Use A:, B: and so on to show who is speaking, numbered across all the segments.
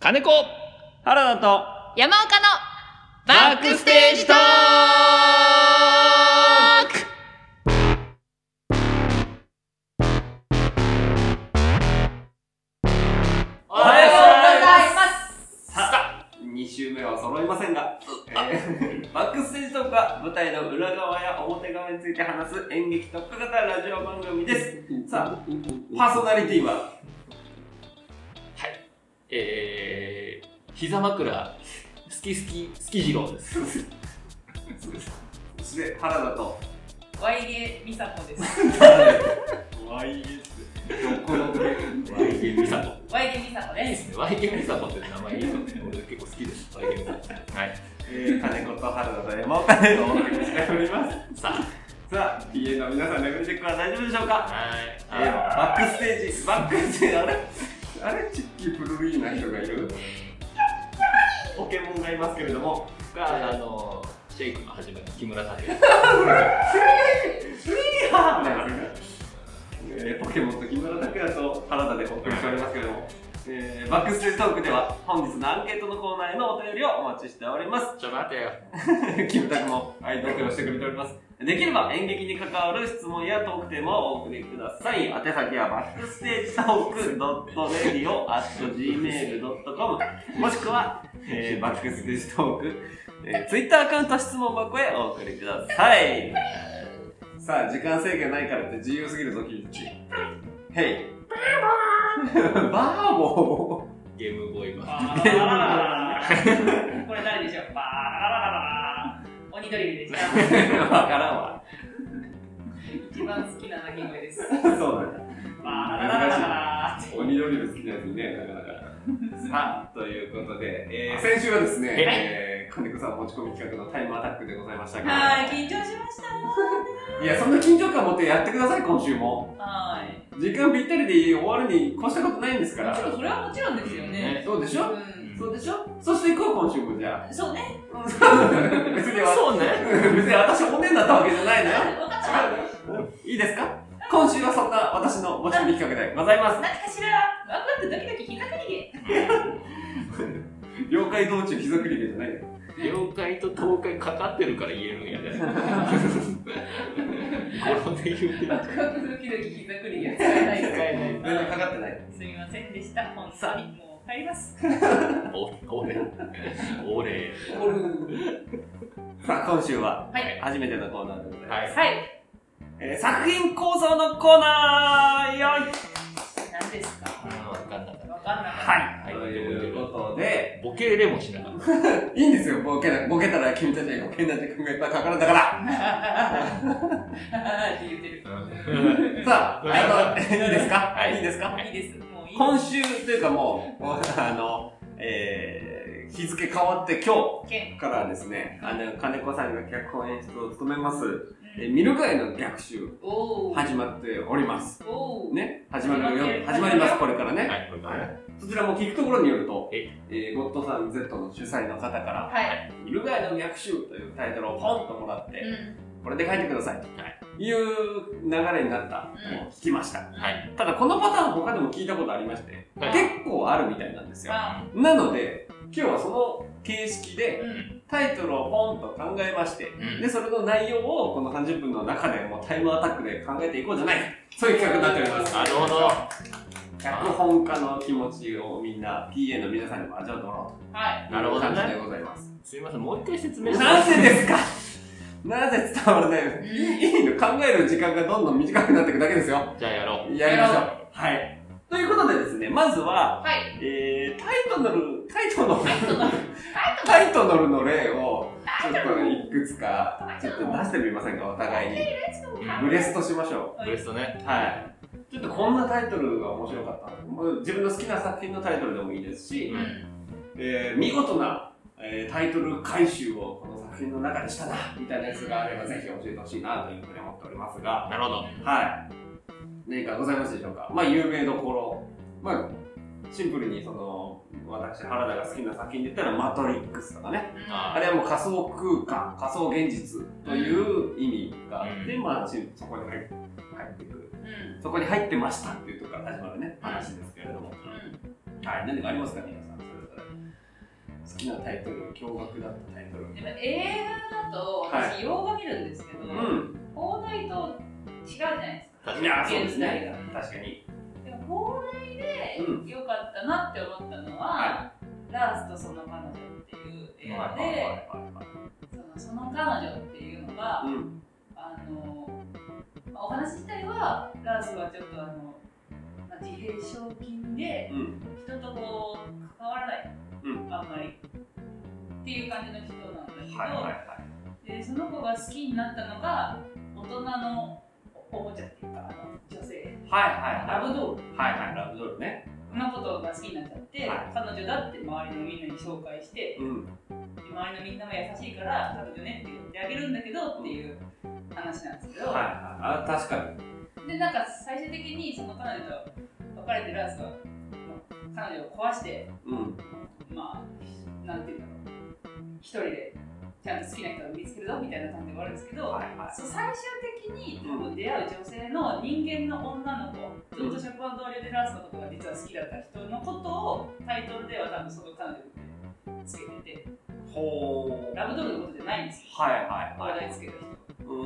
A: 金子
B: 原田と
C: 山岡の
A: バックステージトーク
B: おはようござい
C: ます
B: さあ2週目は揃いませんが、えーバックステージトークは舞台の裏側や表側について話す演劇特化型ラジオ番組ですさあパーソナリティは
A: えー、膝枕、好き好き、好き次郎です。
B: そして原田と
C: ワイゲミサコです
A: ワイゲス。
B: この
A: ワイゲミサコ。
C: ワイゲミサコです
A: ワイゲミサコって名前いいのね。俺結構好きです。ワイゲミサコ。はい。
B: えー金子と原田と山岡 でお送りしております
A: さ
B: さあ PA の皆さんレベルチェックは大丈夫でしょ
A: あ、
B: うか、
A: はい。
B: えーバックステージバックステージあれあれチッキープルリーな人がいるポケモンがいますけれども
A: が、あの、シェイクの始めの木村拓哉。
B: えーポケモンと木村拓哉と原田でお送りしておりますけれども、えーバックステージトークでは本日のアンケートのコーナーへのお便りをお待ちしております
A: ちょ、待てよ。
B: キムタクも愛読をしてくれておりますできれば演劇に関わる質問やトークテーマをお送りください宛先はバックステージトーク .radio.gmail.com もしくは、えーバックステージトーク、えー、Twitter アカウント質問箱へお送りくださいさあ、時間制限ないからって自由すぎるぞ、君たち。ヘイ。バーボ
A: ゲームボーイマ
B: ーゲームボ
C: これ誰でしょうバーララララ鬼ドリルで した
B: ーイ。 わからんわ。
C: 一番好きな鳴き声です
B: そう
C: バーラララララ
B: だね。鬼ドリル好きなやついね、なかなか。 さあ、ということで、えー、先週はですね、
A: はい
B: えー、金子さん持ち込み企画のタイムアタックでございましたけど、
C: はい緊張しました
B: いや、そんな緊張感持ってやってください、今週も。
C: はい
B: 時間ぴったりで終わるに越したことないんですか
C: もちろ
B: ら。
C: んそれはもちろんですよね
B: そうでし
C: う
B: ょ
C: ん
B: そうでしょそして行こう、今週もじゃあ。
C: そうね
B: 別にわ
A: そうね。
B: 別に私骨になったわけじゃないのよ。
C: 分かった
B: いいですか今週はそんな私の持ち込み企画でございま
C: 何かしらワクワクドキドキ膝くりげ
B: す。 了解道中膝くりげじゃないよ。
A: 了解と東海かかってるから言えるんやね。こので言うて
C: ワクワクドキドキ膝くりげは使えない
A: 使えない
B: 全然かかってない。
C: すみませんでした本当にもう帰ります
A: お俺俺
B: さあ、今週は
C: はい
B: 初めてのコーナーでございます。
A: はい
C: はい
B: えー作品構想のコーナーよい
C: 何ですか
A: わかんなかった
C: わかんなかっ
B: はい、ということで、
A: ボケれもしなかった
B: いいんですよ、ボケなボケたら君たちに変な時間がいっぱいかかるんだから。
C: たって言ってる
B: さあ、あの、いいですか
A: はい
B: いいですか
C: いいですもういい
B: 今週というかもう、もうあの、えー、日付変わって今日、
C: 件
B: からですね、あの、金子さんが脚本演出を務めます、
C: う
B: え
C: ん
B: ミルクアイの逆襲、
C: おー
B: 始まっております。
C: おー
B: ね、始まるよ、始
C: 始
B: ま
C: ま
B: り
C: るよ
B: ます、これからね。
A: はいこれから
B: そちらも聞くところによると、
A: え
B: えーゴッドさん Z の主催の方から、
C: はい
B: ミルクアイの逆襲というタイトルをポンともらって、
C: うん
B: これで書いてください、い、う流れになったのを聞きました。
A: はい
B: ただ、このパターン他でも聞いたことありまして、
A: はい
B: 結構あるみたいなんですよ。
C: あ
B: なので、今日はその形式で、
C: うん
B: タイトルをポンと考えまして、
A: うん
B: で、それの内容をこの30分の中でもうタイムアタックで考えていこうじゃないか。そういう企画になっております。
A: なるほど
B: 脚本家の気持ちをみんな、PA の皆さんにも味わってもらおう
C: はい
B: と。
A: なるほどね
B: 感じでございます。
A: すいませんもう一回説明して
B: なぜですかなぜ伝わらないの
C: ん
B: いいの考える時間がどんどん短くなっていくだけですよ。
A: じゃあやろう
B: やりましょう。はい。ということでですね、まずは、
C: はい
B: えー、タイトル、タイトル、
C: タイトル
B: タイトルの例を、ちょっ
C: タイトル
B: といくつか、ちょっと出してみませんか、お互いに。ブレストしましょ
A: ブレストね
B: う。はい。ちょっとこんなタイトルが面白かった。もう自分の好きな作品のタイトルでもいいですし
C: う、ん
B: えー見事な、えータイトル回収をこの作品の中でしたな、みたいなやつがあればぜひ教えてほしいなというふうに思っておりますが、
A: なるほど
B: はい。何かございますでしょうかまあ、有名どころ。まあ、シンプルにその、私、原田が好きな作品で言ったら、マトリックスとかね。
A: あ
B: あれはもう仮想空間、仮想現実という意味があって、まあ、しそこに入って入ってくる。
C: うんうん
B: そこに入ってましたっていうところから始まるね、話ですけれども。はい、何かありますか、皆さん、それぞ好きなタイトル、驚愕だったタイトル。
C: でも映画だと
B: は
C: 私洋画見るんですけど、
A: う
B: うん。
C: 放題と違うじゃないですか
A: 確か
B: い
A: に
B: や、そうです
C: 現代
B: ね
C: が。
B: 確かに。
C: でも放題
B: う
C: で良かったなって思ったのは、
B: は
C: ラースとその彼女っていう映画で、そのその彼女っていうのが、
B: うん。
C: あのまあお話自体はラースはちょっとあの、まあ、自閉症菌で
B: うん。
C: 人とこう関わらない、
B: うん
C: あんまりっていう感じの人なんだけど、
B: はいはいは
C: でその子が好きになったのが大人のおおもちゃっていうかあの女性
B: い。はいはいはい。
C: ラブドール
B: はいはい、ラブドールね。
C: のことが好きになっちゃって、
B: はい
C: 彼女だって周りのみんなに紹介して
B: うん。
C: で周りのみんなも優しいから彼女ねって言ってあげるんだけどっていう話なんですけど、
B: はいはい。あ、確かに。
C: でなんか最終的にその彼女と別れてラースはまあ彼女を壊して
B: うん。
C: まあなんていうんだろう一人でちゃんと好きな人を見つけるぞみたいな感じで終わるんですけど、
B: はいは
C: そう最終的に多分出会う女性の人間の女の子ずっと職場の同僚でラースのことが実は好きだった人のことをタイトルでは多分その彼女ってつけてて
B: い。ほー。
C: ラブドールのことじゃないんですよ
B: はいはいは
C: 話
B: い。
C: 題つけた人
B: う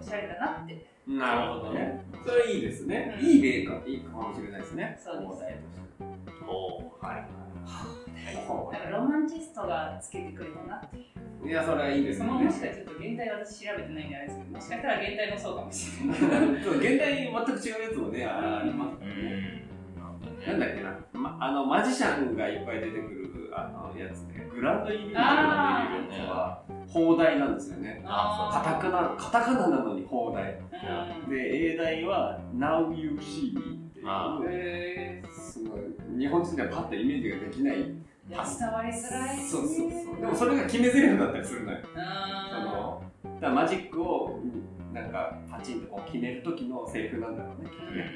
B: ー
C: おしゃれだなって
B: ん。なるほどね。それいいですね。
C: うん
B: いい例か、いいかもしれないですね。
C: そうです
B: お題として。ほー。はいはい。ほ
C: なんかロマンチストがつけてくれたなって
B: ーいや、それはいいです
C: そ
B: ね。
C: のもしかちょっと現代私調べてないんであれですけどもしかしたら現代もそうかもしれない
B: 現代に全く違うやつもね、ありますからね。
A: ん。なんだね。
B: なんだっけな、ま、あのマジシャンがいっぱい出てくるあのやつね、グランドイリュージョンっていうやつは放題なんですよね。
A: あ
B: カタカナカタカナなのに放題。
C: うん
B: で、英題は Now You See Me っていう
A: あ
C: へ
B: すごい日本人ではパッとイメージができない。
C: ーいや伝わりづらいね
B: そうそうそう。でもそれが決め台詞だったりするのよ。
C: う
B: そ
C: ん
B: のだからマジックをなんかパチンとこう決める時のセリフなんだろうね。きっとね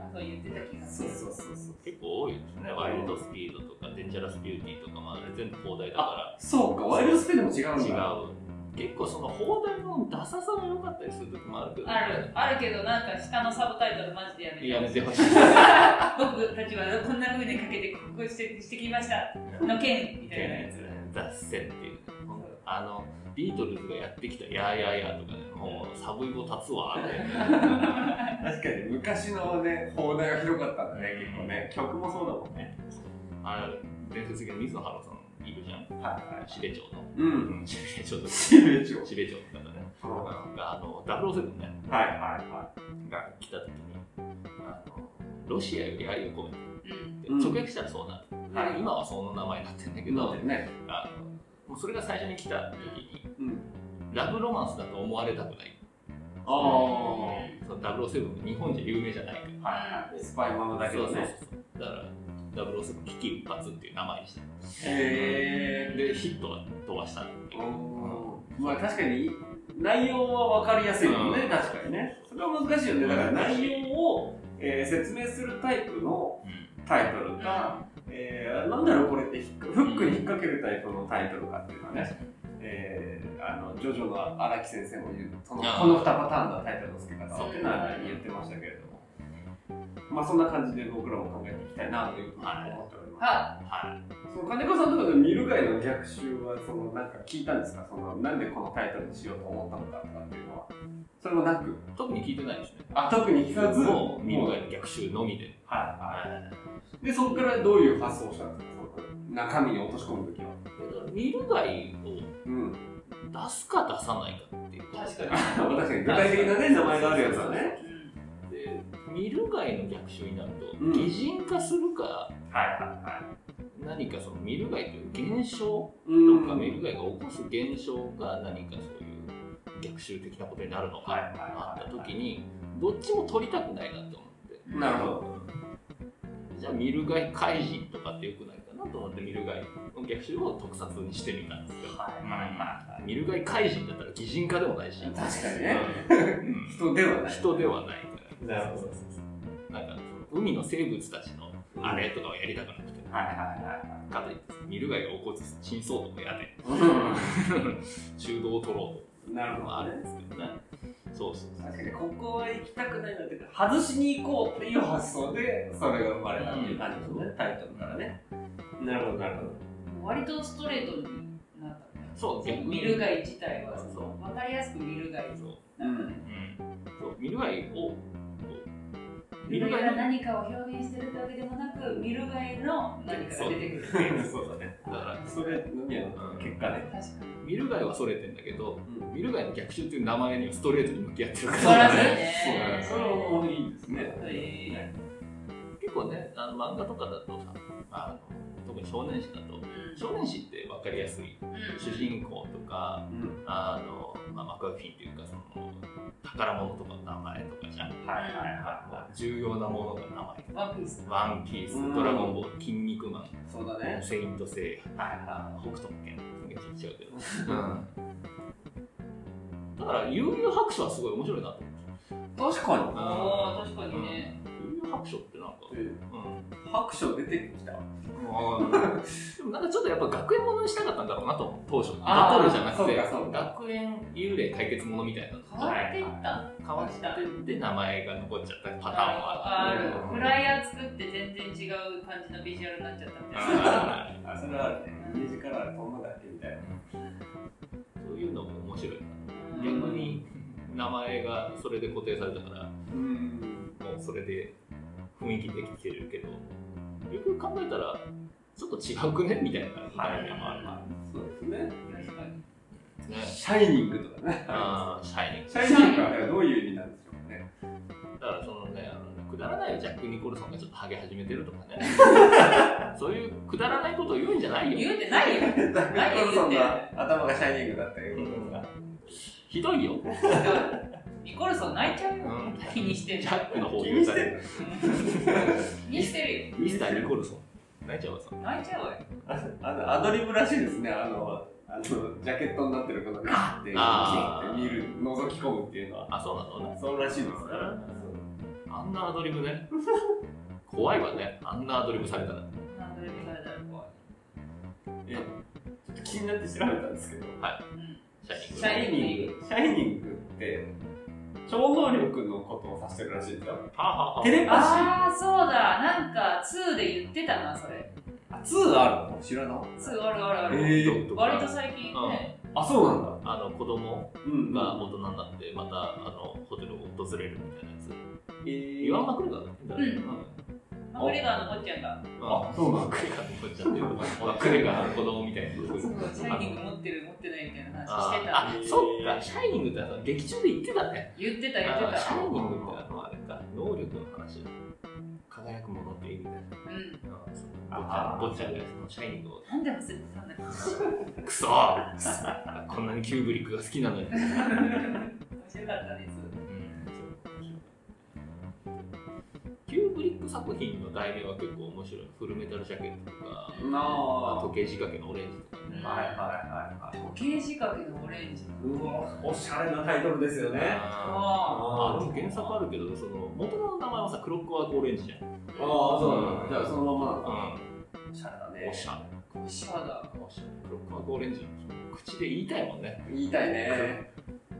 C: あそう言ってた気がす
B: そう
C: る
B: そうそうそう。
A: 結構多いですね。ワイルドスピードとか、デンジャラスビューティーとか、まあ、あれ全部放題だか
B: そうか、ワイルドスピードも違
A: ら。
B: うん
A: 違
B: だ。
A: う。結構その放題のダサさが良かったりする時もあるけど、
C: あるあるけどなんか下のサブタイトルマジでやめて
A: やめてほしい。
C: 僕たちはこんな風にかけて克服してしてきましたの件みたいなやつ
A: 脱線っていうあのビートルズがやってきた「やーやーやー」とかねもうサブイボ立つわーって
B: 確かに昔のね放題が広かったんだね結構ね曲もそうだもんね
A: あれ伝説的に水野晴郎さんいるじゃん
B: はいは
A: 司令長の
B: いうん
A: うん司令長とか
B: シルエチョ
A: 司令長とかね
B: はい
A: があの007ね
B: はいは
A: が来た時にあのロシアより愛を込めて
C: うん
A: って
B: うん
A: 直訳したらそうなる、
B: いはい
A: 今はその名前になってるんだけ
B: 今
A: ど、
B: までね
A: あのもうそれが最初に来た時に
B: うん
A: ラブロマンスだと思われたくない
B: あは
A: その007が日本じゃ有名じゃないから
B: いはいスパイママだけどね
A: そうそうそうだから007危機一発っていう名前にした
B: へ
A: でヒットは飛ばしたんだけ
B: え
A: ど
B: まあ確かに内容は分かりやすいもんね
A: うん
B: 確かにねそれは難しいよねだから内容をえー説明するタイプの
A: うん
B: タイトルかえー、なんだろうこれってひっかフックに引っ掛けるタイプのタイトルかっていうのはねえー、あのジョジョの荒木先生も言うその
A: あー
B: この2パターンのタイトルの付け方っていうのは言ってましたけれども、まあ、そんな感じで僕らも考えていきたいなというふうに思っております、
C: は
A: は
B: その金子さんとかで見る会の逆襲はそのなんか聞いたんですかそのなんでこのタイトルにしようと思ったのかとかっていうのはそれもなく
A: い特に聞いてないですね
B: あ特に聞かず
A: もう見る
B: は
A: が
B: い
A: 逆襲のみで
B: はいでそこからどういう発想をしたんですかその中身に落とし込む時は
A: 見るがいを
B: うん
A: 出すか出さないかっていう
C: 確かに
B: 確かに具体的なね名前があるやつはね
C: いうん
A: で見るがいの逆襲になると、
B: うん
A: 擬人化するか
B: はいはいはい
A: 何かその見るがいという現象と
B: うん
A: か見るがいが起こす現象が何かそういう逆襲的なことになるのか
B: はいはいはい
A: あった時にどっちも取りたくないなと思って
B: なるほど。
A: じゃあミルガイ怪人とかってよくないかなと思ってミルガイの逆襲を特撮にしてみたんですよ
B: はい
A: はいミルガイ怪人だったら擬人化でもないし
B: 確かにね、
A: うん
B: 人ではない。
A: 人ではないから
B: なるほど
A: そうそうそうなんかその海の生物たちのあれとかはやりたくなくて、
B: はいは
A: かといってミルガイが起こす真相とかや で
B: いは
A: 中道を取ろう
B: い。なる
A: と
B: ほ
A: か
B: ど
A: ある
B: ね。
A: んですけどねそうそうそう
B: 確かにここは行きたくないなっていうか外しに行こうっていう発想でそれが生まれたっていう感じですね、タイトルからね。なるほどなるほど。
C: な割とストレートになったね
A: そう逆に
C: ミルガイ自体は
A: そう
C: 分かりやすくミルガイ
A: そう,、
C: なんかね
A: うん、そう見るがいをこう見
C: ミル
A: る
C: ガ
A: が
C: イが
A: い
C: 何かを表現してるってわけでもなくミルガイの何かが出てく る
B: そうだね。
A: だから
B: それのみや
A: うん
B: 結果ね。
C: 確かに
A: 見るがいはそれてんだけど
B: うん
A: 見るがいの逆襲っていう名前にはストレートに向き合ってるか
C: 素晴ら
A: ら
C: しい
B: そうだ
C: ね
B: ね。それはいいですね。
C: え
A: 結構ねあの漫画とかだとさあの特に少年誌だと少年誌って分かりやすい主人公とか
B: うん。
A: あの、まあ、幕開け品っていうかその宝物とかの名前とかじゃん
B: はいはいはいは
A: 重要なものが名前
C: ワンピース
A: ワンピース、ドラゴンボール、筋肉マ
B: い。そうだね
A: ン、。セイントセイヤ、
B: はい
A: あ北斗の拳、ちょっと違うけど。だから、悠々白書はすごい面白いなと思って。
B: 確かに。
C: ああ確かにね
A: 悠々白書ってなんか、う
B: 白書出てきた。
A: ん。でもなんかちょっとやっぱ学園ものにしたかったんだろうなと思う、当初。
B: あー
A: バトルじゃなくて
B: そうかそう、か
A: 学園幽霊解決ものみたいなの
C: 変わっていった
A: 変わってって名前が残っちゃったパターンは
C: あ
A: あ
C: る
A: る。
C: フライヤー作って全然違う感じのビジュアルになっちゃったみたいな
A: あ
B: あ、それはあるね。イメージカラーこんなだっけみたいな。
A: ーそういうのも面白いな。逆に名前がそれで固定されたから
B: うん。
A: もうそれで雰囲気できてるけどよくよく考えたらちょっと違うくねみたいな悩みもあるな、
B: そうですね。
C: 確かに
A: ね
B: シャイニングとかね。
A: あーシャイニング
B: シャイニングはねどういう意味なんでしょうかね。
A: だからそのねあのくだらないよジャック・ニコルソンがちょっとハゲ始めてるとかね そういうくだらないことを言うんじゃないよ
C: 言うてないよ
B: ダック・ニコルソンの頭がシャイニングだったよ。
A: ひどいよ、
C: ニコルソン泣いちゃうよ
A: うん
C: 気にしてる
A: ジャックの方
B: 気
A: 言
B: に
A: う
B: したて
A: ら
B: る
C: 気にしてるよ
A: ミスター・ニコルソン泣いちゃうわさ
C: 泣いちゃうわよ
B: あのアドリブらしいですね、あの、あのジャケットになってるこのガーって
A: あー
B: 見る、覗き込むっていうのは、
A: あそうなのね
B: そうらしいですね。
A: あんなアドリブね怖いわねあんなアドリブされたら
C: 何度でもされたら怖い
B: えちょっと気になって調べたんですけど、
C: うん
A: シャイニング
B: シャイニング、シャイニングって、超能力のことを指してるらしいんですよ。
A: はあはあはあ
B: テレパシー。
C: ああそうだなんか2で言ってたなそれ
B: あ、2あるの知らなかっ
C: 2あるあるあ
B: え
C: る、
B: ー
A: どうどう
C: 割と最近ね、
B: た。あ、そうなんだ。
A: あの子供
B: うん
A: が大人になってまたあのホテルを訪れるみたいなやつ
B: えー
A: 言わんまくるかな
C: うんマクレガーの坊ちゃんが
A: あそうなんクレガーの子ちゃんっていうとかクレガーの子供みたいな
C: シャイニング持ってる持ってないみたいな話してた
A: ああそっかシャイニングってあの劇中で言ってたね
C: 言ってた言って
A: あシ
C: た
A: ャイニングってあのあれか能力の話だ輝くものっていいみたいな
C: うん
A: あそう坊ちゃん坊ちゃんがそのシャイニングを
C: なんで忘れてたんだろう
A: クソこんなにキューブリックが好きなのに
C: 面白かったです
A: キューブリック作品の題名は結構面白い。フルメタルジャケットとか、
B: なあ
A: 時計仕掛けのオレンジとかね。
B: はいはいはいはい。
C: 時計仕掛けのオレンジ
B: うわ、おしゃれなタイトルですよね。
A: ああ
C: あ
B: あ
A: の原作あるけど、その元の名前はさ、クロックワークオレンジじゃん。う
B: あそうなんだ。じゃあそのままなんだ。
A: ん。
B: おしゃれだ
A: おしゃれ。
C: あおしゃだ
A: おしゃれ。クロックワークオレンジ。口で言いたいもんね。
B: 言いたいね。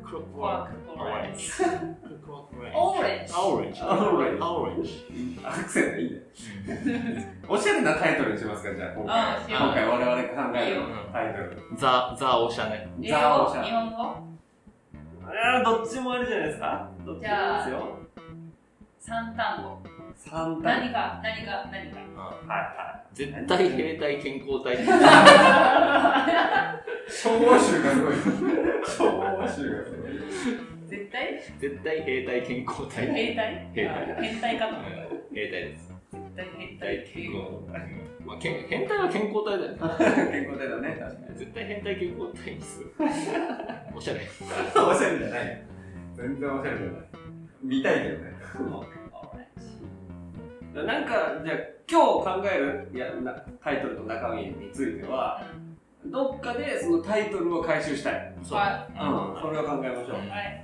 A: クロック
C: ワ
A: ワ
C: ーク
A: ー
C: オ
A: ク
C: レ
A: オ
C: ン
A: レ
C: ジ
A: ンジ。クロックワークオレンジ。
C: オレンジ
A: オレンジ。
B: オレンジ
A: オレンジ。
B: アクセントいいね。おしゃれなタイトルにしますか、じゃあ今
C: あし
B: 回。
C: よ
A: う
B: 今回我々が考える
A: うん
B: タイトル。
A: ザ・ザ・オシャね。
C: 英
B: ザ・
C: 語
B: おしゃ
C: 日
B: れ。
C: 本語
B: あーどっちもあるじゃないですか。どっちもありま
C: 三単語
B: すよ。3単。
C: 何か何か何か
A: うん
B: はいは
A: 絶対兵隊健康 体。
B: い。昭和集がすごい。昭和集がすごい。
C: 絶対
A: 絶対兵隊健康体。
C: 変態
A: 兵隊
C: あ変態かと思った
A: 兵隊です。
C: 絶対変態
A: 大
C: ってい
A: 健
C: う
A: 康まあ、けん変態は健康体だよね。
B: 健康体だね、確かに。
A: 絶対変態健康体にす る。おしゃれ。
B: おしゃれじゃない。全然おしゃれじゃない。見たいけどね。
C: オレンジ
B: なんか、じゃあ、今日考えるいやなタイトルと中身については、どっかでそのタイトルを回収したい。
A: そう。
C: は
B: うん、
A: う
B: それを考えましょう。
A: ん。
C: はい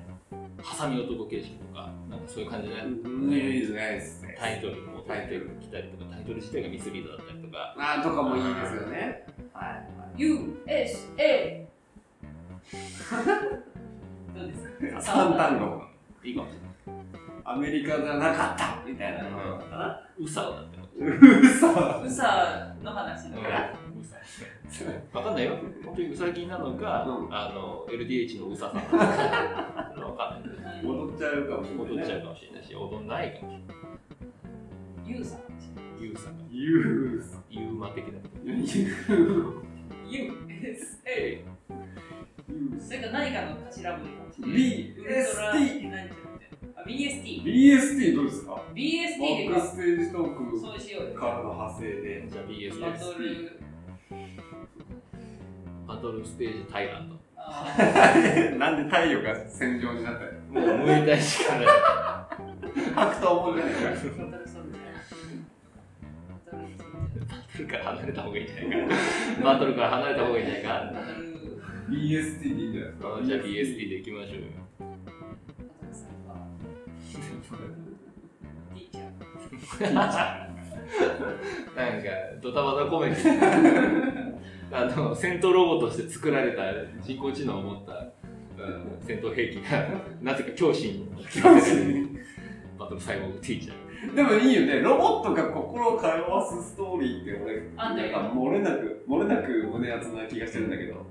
A: ハサミ男形式とか、なんかそういう感じで、
B: うん、いいですね。いいですね
A: タイトルも変えてきたりとか、タイトル自体がミスリードだったりとか、
B: あーとかもいいですよね。はい。
C: USA どうですか
B: 三単語。
A: いいかもしれない。
B: アメリカじゃなかったみたいなのかな。
A: うさをだって。
B: うそ。
C: ウサの話だ
A: う
C: から
A: んうさわかんないよ。本当にウサギなのか、
B: うん
A: あの LDH のウサさんなのか、わかんない。
B: 戻っちゃうかもしれ
A: 戻
B: な
A: っ
B: い
A: ちゃ
B: ね。
A: うかもしれないし、踊んないかもしれない。
C: ユーさん。
A: ユーサが、
B: ユース。
A: ユーマ的な。
B: ユー
C: ユー。S. A. それか何かの頭文字かもしれない。
B: B
C: ウルト
B: ST
C: ラなんちゃらみたいな。あ、B. S. T.。
B: BST どうですかバ
C: B. S. T. で
B: ック
C: か。
B: ステージトーク
C: そうしようよ。
B: からの派生で。
A: じゃあ BS
C: バ
A: です。
C: トル。
A: バトルステージタイランド。
C: あ
B: なんで太陽が戦場になったの
A: もう無理たいしかない。
B: 格闘もんじゃないから。
C: ーバトルソルジャーバトルソル
A: バト
C: ジャ
A: ルから離れた方がいいんじゃないか。バトルから離れた方がいいんじゃない
C: ー
A: か。
C: バトル。
B: BST でいいんじゃないですか
A: あじゃあ BST でいきましょうよ。
C: ティーチャー
A: なんかドタバタコメディあの戦闘ロボとして作られた人工知能を持った、うん戦闘兵器がなぜか教師に
B: 教師に
A: バトルサイボーグティーチャー
B: でもいいよね、ロボットが心を通わすストーリーって俺、
C: あんの
B: な
C: よ
B: んか漏れなく、漏れなく胸熱な気がしてるんだけど。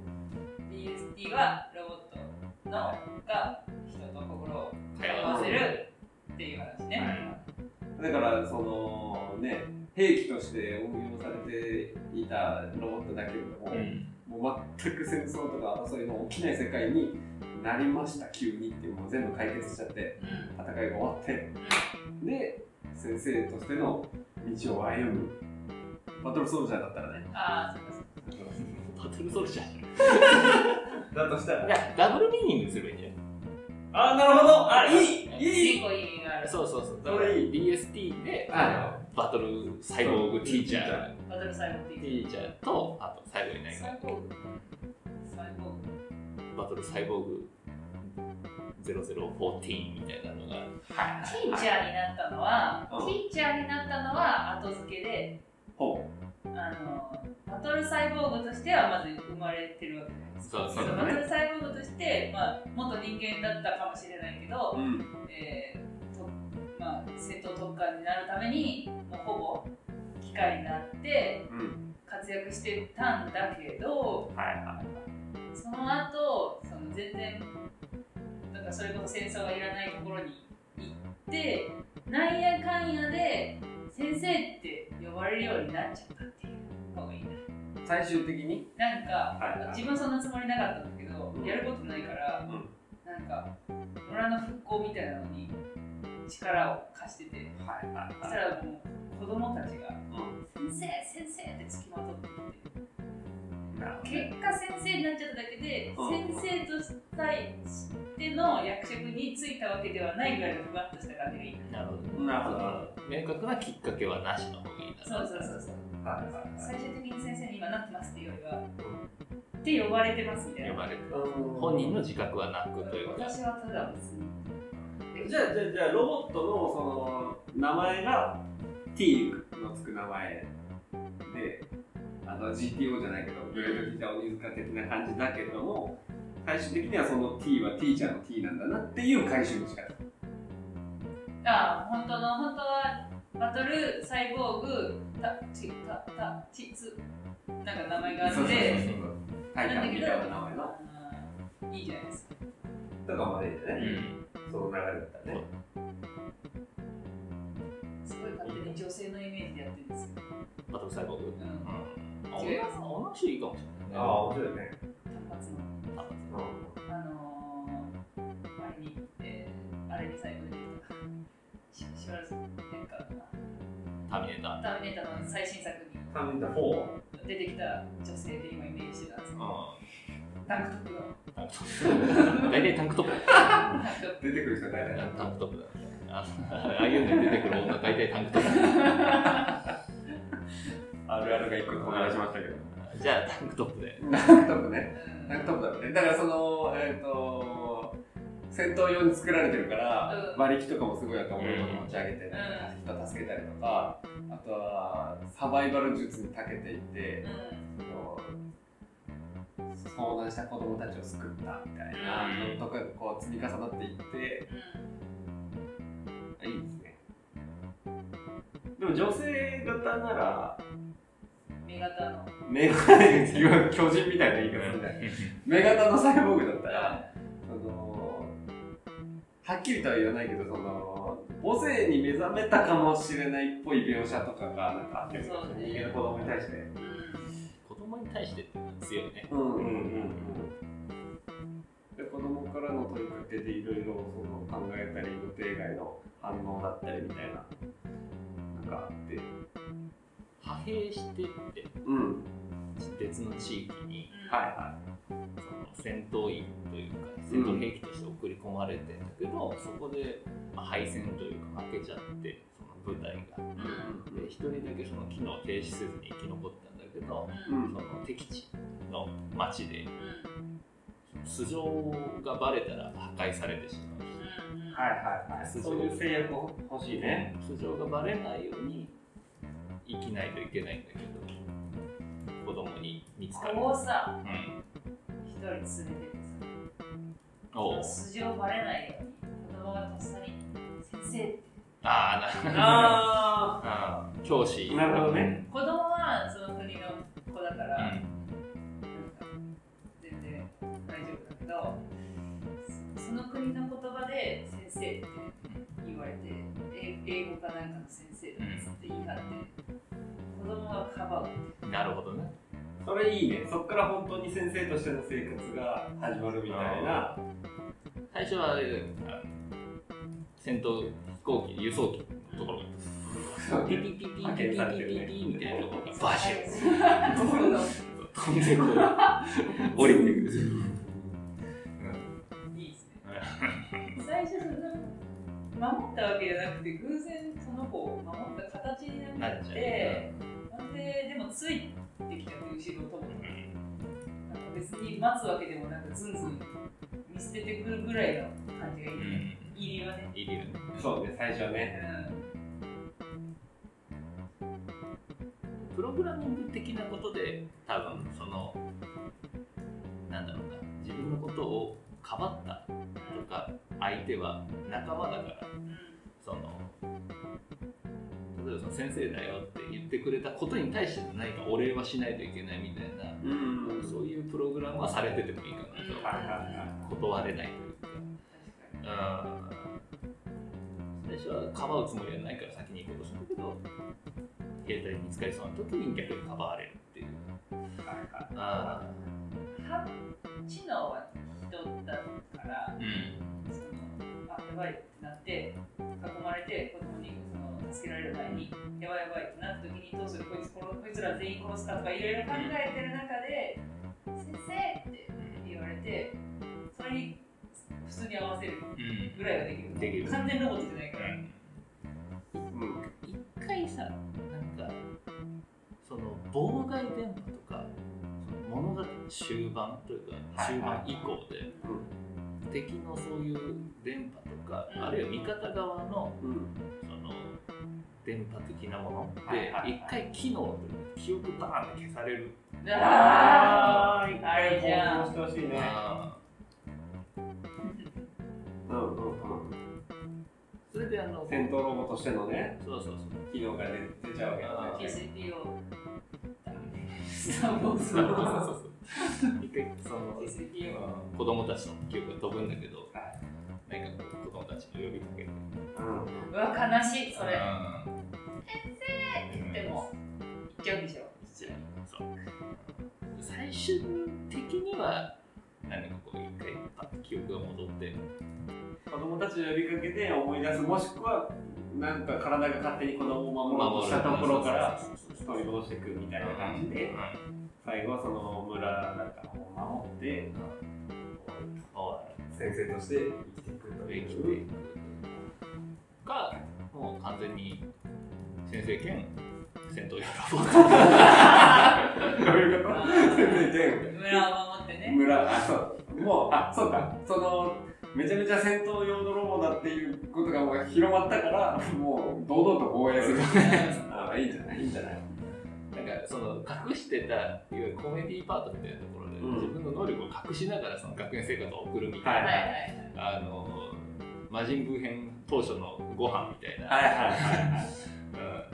C: BST はロボットのが人と心を通わせるっていう話ね、
B: だから、そのね、兵器として応用されていたロボットだけれども、もう全く戦争とか争いの起きない世界になりました、急にって、もう全部解決しちゃって。
C: うん
B: 戦いが終わってで先生としての道を歩むバトルソルジャーだったらね
C: ああそうかそうか
A: バトルソルジャー
B: だとした
A: い
B: ら
A: やダブルミーニングすればいいんじゃ
B: あなるほどあいいいい
C: 結構意味があ
A: ない
C: る
A: そうそうそうだ
B: こ
A: から
B: れいい
A: BST で
B: あ
A: バトルサイボーグティーチャー
C: バトルサイボーグ
A: テ
C: っていう
A: ィーチャーとあと最後に何
C: サ
A: か
C: イボーグサイボーグ
A: バトルサイボーグ0014みたいなのが
C: ティーチャーになったのは、
B: うん
C: ティーチャーになったのは後付けで
B: ほ
C: あのバトルサイボーグとしてはまず生まれてるわけじゃないですか
A: そう
B: そうだね
C: バトルサイボーグとして、まあ、元人間だったかもしれないけど
B: う、うん
C: えーとまあ、戦闘特化になるためにもうほぼ機械になって
B: うん
C: 活躍してたんだけど
B: はいは
C: その後その全然なんかそれこそ戦争がいらないところに行ってなんやかんやで先生って呼ばれるようになっちゃったっていう方がいいな。
B: い最終的に
C: なんか、
B: はいはい
C: 自分はそんなつもりなかったんだけど、
B: うん
C: やることないか
B: う
C: ら、
B: ん
C: なんか村の復興みたいなのに力を貸してて
B: はいは
C: そしたらもう子供たちが
B: いうん
C: 「先生先生」ってつきまとって
B: なるほ
C: きて結果先生になっちゃっただけで、
B: うん
C: 先生としたいしての役職に就いたわけではないぐらいのふわっとした感じがいい
A: なるほ
B: どなるほど
A: 明確なきっかけはなしの方がいいな
C: そうそうそうそう
B: どはいはいはい
C: 最終的に先生に今なってますっていうよりは「って呼ばれてます」みたい
A: 呼
C: な
A: ばれる
B: うん
A: 本人の自覚はなくというか
C: 私はただ別に
B: じゃあじゃあじゃあロボットのその名前が T のつく名前であの GTO じゃないけどグレートティーチャー鬼塚的な感じだけれども最終的にはその T は T ちゃんの T なんだなっていう回収の仕方
C: ああ本当の本当はバトルサイボーグタチタタチツなんか名前があ
B: そう
C: っ
B: そうそう
C: て
B: そう体感みたいな名前の
C: あーいいじゃないですか
B: とかまでいいよ
A: う
B: ね、
A: ん
B: その流れだったらね
C: すごい勝手に女性のイメージでやってるんですよ
A: バトルサイボーグうんあ
C: 違います
A: 女の人いいかもしれないね
B: 面白いね、
C: 単発のあのー、あれに、えー、あれに最後に出てたししばらくなんか
A: ターミネーター
C: ターミネーターの最新作に
B: うん、タミタ4
C: 出てきた女性で今イメージしてたんですよ
A: う
C: タンクトップの
A: んタンクトップ大体タンクトップだ
C: タンクトップ
B: 出てくる人大体
A: よタンクトップだよあのああいうのに出てくる女大体タンクトッ
B: あるあるが一個小柄しましたけど
A: プじゃあタンクトップで
B: タンクトップね
C: うん
B: タンクトップだもんねだからそのえっ、と戦闘用に作られてるから、
C: うん
B: 馬力とかもすごいあと思うの持ち上げて、
C: う
B: 人助けたりとかあとはサバイバル術に長けていて
C: うん
B: その遭難した子供たちを救ったみたいな
A: うん
B: のとかがこう積み重なっていって
C: うん
B: い いですねでも女性型なら
C: 目型の
B: メガネに巨人みたいな言い方みたいな。メガネのサイボーグだったら、あのはっきりとは言わないけど、その、母性に目覚めたかもしれないっぽい描写とかが、なんかあって、
C: そうね
B: 人間の子供に対して。
C: うん
A: 子供に対してっていうのは強いね
B: うんうんうんうん。で、子供からの問いかけでいろいろその考えたり、予定外の反応だったりみたいな、なんかあって。
A: 派兵してって
B: うん。
A: 別の地域に
B: はいは
A: その戦闘員というか戦闘兵器として送り込まれてんだけど、そこで、まあ敗戦というか負けちゃってその部隊が
C: う
B: い。
C: ん
A: で一人だけその機能を停止せずに生き残ったんだけど
C: う
B: うん
A: その敵地の町で
C: う
A: 素性がバレたら破壊されてしまうし
C: んうん
B: はいはいはい。そういう制約を欲しいね。
A: 素性がバレないように生きないといけないんだけど子供に見つかる、
C: こうさ
A: うん、
C: 一人連れててさ
A: おう
C: 筋をバレないように言葉がとっさに先生って
A: あーな
B: あ
A: あー教師
B: なるほどね。
C: 子供はその国の子だから、なんか全然大丈夫だけどその国の言葉で先生って言われてえ英語かなんかの先生だっつって言い張って子供がかばう
A: うん、なるほどね
B: それいいね。そっから本当に先生としての生活が始まるみたいな。
A: 最初はあれだよあの戦闘飛行機輸送機のところピピピピピピピピ
B: 派遣されてるね
A: ピみたいなところがバシュッ
C: ところが
A: 飛んでこう降りてくる、
C: いいですね最初その守ったわけじゃなくて偶然その子を守った形になっ
A: なっちゃう
C: てなんででもついてきたって後ろともなんか別に待つわけでもなくずんずん見捨ててくるぐらいの感じがいい、
A: う
C: ね
A: ん、
C: 入りはね
A: いいよね
B: そうね、最初はね。
A: プログラミング的なことで多分そのなんだろうな自分のことをかばったとか相手は仲間だから
C: うん
A: その例えばその先生だよって言ってくれたことに対して何かお礼はしないといけないみたいな
B: うんうん
A: そういうプログラムはされててもいいか
C: うん
A: な
B: はいはいはい。
A: と断れないというか。
C: 確
A: うん最初はかばうつもりはないから先に行こうとするんだけど携帯に見つかりそうな時に逆にかばわれるっていうあ
C: かに知能は人だか
A: あ
C: ら
A: うん
C: そのあやばいってなって囲まれて子供にその助けられる前にやばいやばいってなった時にどうするこいつ殺こいつら全員殺すかとかいろいろ考えてる中で「先生!」って言われてそれに普通に合わせる
A: うん
C: ぐらいはできる
A: できる
C: 完全ロボットじゃないから、
B: うん。
A: 一回さなんかその妨害電波とかその物語の終盤というか
B: はい
A: 中
B: は
A: 盤
B: い
A: 以降で敵のそういう電波とかあるいは味方側の
B: うん。
A: その電波的なもので、
B: はいはいはい
A: 一回機能というか記憶バーンって消される
C: あ
B: あー、一回行動してほしいね。
A: あ
B: うんうんうん。
A: ーそれであの
B: 戦闘ロボとしてのね、
A: そうそう
B: 機能が出ちゃうわけ
A: あ
B: だ
A: ー
B: ね。
C: TCPO
A: そう
C: スター・ウォーズ
A: そうそう
C: の
A: そう一回その
C: TCPO
A: 子供たちの記憶が飛ぶんだけど
B: は
A: なんかこう子供たちに呼びかけて
B: うん
C: うわ悲しいそれ
A: 先
C: でも言っちゃうんでしょ
A: そう最終的には何かこう一回パッと記憶が戻って
B: 子供たちの呼びかけで思い出す、もしくは、なんか体が勝手に子供を守ろうとしたところから、
A: そうそうそう
B: 取り戻していくみたいな感じで、最後はその村なんかを守って、先生として生きていくと
A: 生き
B: い。
A: ていうくかもう完全に先生兼戦闘用ロボッ
B: どういうこと先生
C: 村を守って
B: 兼
C: ね
B: 村、あ、そう、もう、あ、そうか、その、めちゃめちゃ戦闘用のロボだっていうことがもう広まったから、もう堂々と防衛する。ああ、いいんじゃないいいんじゃない
A: トなんかその隠してたいわゆるコメディパートみたいなところで、
B: う
A: 自
B: ん
A: 分の能力を隠しながらその学園生活を送るみたいな、
B: は
C: はいはい
A: あの魔人ブー編当初のご飯みたいな、
B: はいはいはい。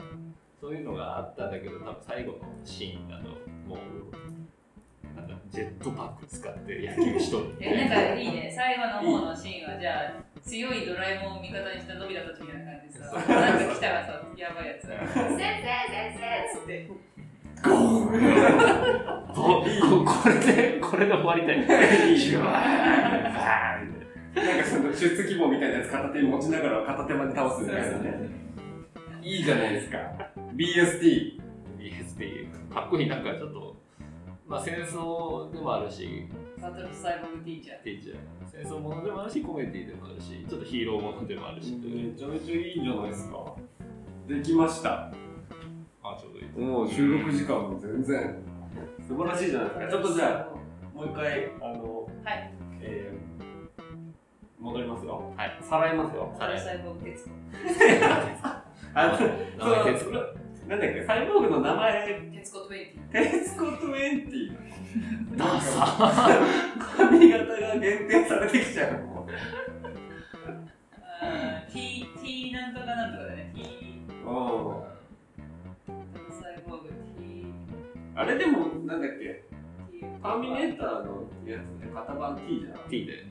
A: うんそういうのがあったんだけど多分最後のシーンだともうなんかジェットパック使って野球しとるみた
C: え
A: い
C: なん
A: な
C: かいいね最後の方のシーンはじゃあ強いドラえもんを味方にしたのび太たちみたいな感じでさなんか来たらさやばいやつ先生先生っつって
B: ゴー
A: ここれでこれで終わりた い
B: いいよなんかその出希望みたいなやつ片手に持ちながら片手まで倒すみたいなね。いいじゃないですか。BST。
A: BSD かっこいいなんかちょっとまあ戦争でもあるし
C: バトルサイボーグティーチャー
A: っていいんじゃない戦争ものでもあるしコメディでもあるしちょっとヒーローものでもあるしという
B: ちゃめちゃいいんじゃないですか。できました。
A: あちょうどいい
B: もう収録時間も全然。素晴らしいじゃないですか。ちょっとじゃ
C: あ
B: あ、もう一回、あの、
C: はい
B: えー戻りますよ。
A: はい。
B: さらいますよ。
A: さ
C: バト
A: ら
C: ル
A: い
C: サイボーグ徹子
B: あの、
A: 名前手作る
B: なんだっけ、サイボーグの名前、
C: 徹子20
B: 徹子20。
A: ダサ
B: 髪型が限定されてきちゃうも
C: あー T T なんとかなんとかだね T
B: う
C: サイボーグ T
B: んあれでもなんだっけ
C: T
B: ターミネーターのやつで型番 T じゃな
A: T で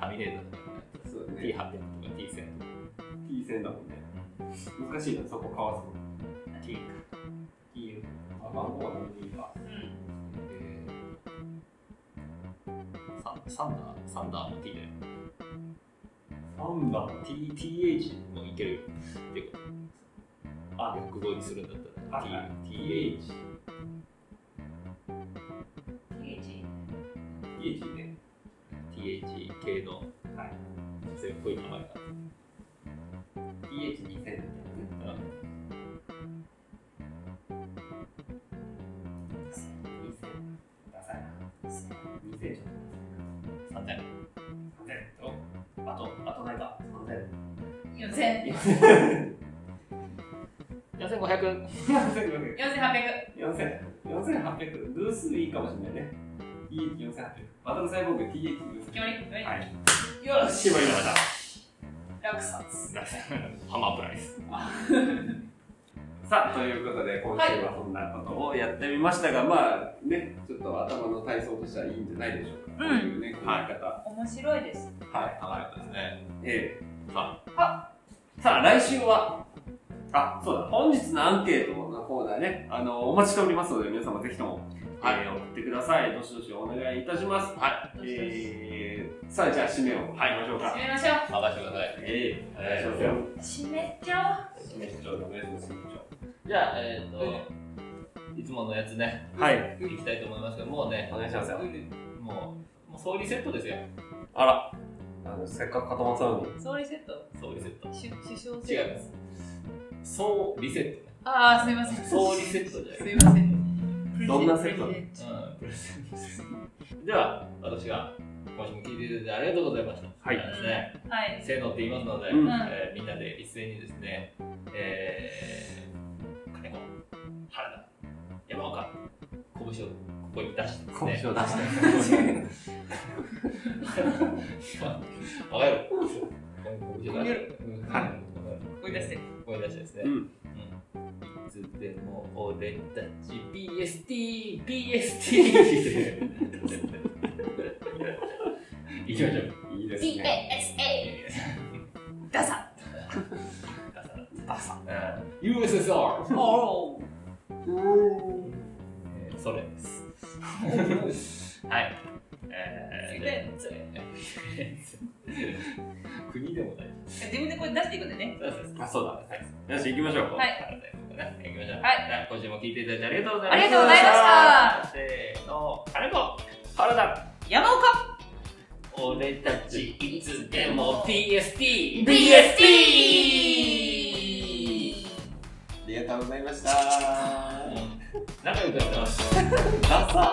A: ターミネーターとか
B: いそうだね
A: T800 とか T1000 とか
B: T 線だもんね難しいなそこかわすの
A: T か T
B: あ番号は何でいいか
C: うん
A: えーサンサンダーサンダーも T だよ
B: なんだ
A: T- TH もいけるよっていうか
B: あ
A: 略語にするんだった
B: はいは
A: ら T- TH
C: TH
B: TH ね
A: TH 系の
B: はい
A: 女性っぽい名前が
B: TH2000 みたいなね2000ダサいな2000ちょっ
A: 3代
B: と3000おあとあとないか
C: 4000
A: 4500
B: 3000
C: 4800
B: 4800偶数いいかもしれないね TH4800 バトルサイボーグ TH4800
C: 決まり決まり
B: はい
C: よし
B: 決まりました
C: 落札
A: ハマープライス
B: さあということで今週はそんなことをやってみましたが、まあねちょっと頭の体操としてはいいんじゃないでしょうか、
C: うん
B: こういうね考え方は
C: 面白いです
B: い、
A: 考え方ですね
B: え
A: さ
B: えさあ来週はあそうだ本日のアンケートのコーナーねあのお待ちしておりますので皆様ぜひとも、
A: はい
B: えー送ってくださいどしどしお願いいたします
A: は
B: えー、さあじゃあ締めをはい行きましょうか
C: 締めまし
A: い任せ
C: ょう
A: てください
B: ええお願いしますよ
C: 締めちゃ
B: 締めちょうお願いします締めちょ
A: じゃあえっ、といつものやつね
B: うはい
A: いきたいと思いますけどもうね
B: お願いしますよ
A: もうもう総理セットですよ
B: あらあのせっかく固まったのに
C: おう総理セット
A: 総理セット
C: 首首相セ
A: 違い
C: ッ
A: ま
C: ト
A: す総リセットね
C: ああすみません
A: 総リセットじゃ
C: すみません
B: どんなセット
C: プレゼン
A: うんプレゼントですでは私が今週も聞いていただいてありがとうございました
B: はい
A: ですね
C: トはい
A: せーのって言いますので、
B: うん
A: えーみんなで一斉にですね、えー、金子、原田、山岡、拳をここに出してですね。。
B: 拳を出して
A: わかる拳を出して。
B: はい
C: 追い出して
A: 声出してですね。
B: うん
A: いつでも俺たち BST、BST! 行きましょう。
B: いいですね。
C: PSA ダサ
A: ダサ USSR
C: おお
A: えーソ連 ですはいえーでえー 国でもない
C: 自分でこれ出していくんだね
A: そうです
B: あ、そうだ。よし、行きましょう。
C: は
A: は
C: い
A: い行きましょう
C: はい
A: じゃあ今週も聞いていただいてありがとうございました
C: ありがとうございました
A: せーの金子原田
C: 山岡
A: 俺たちいつでも PST
C: BST
B: ありがとうございました。
A: 仲良くやってます
B: ダサ。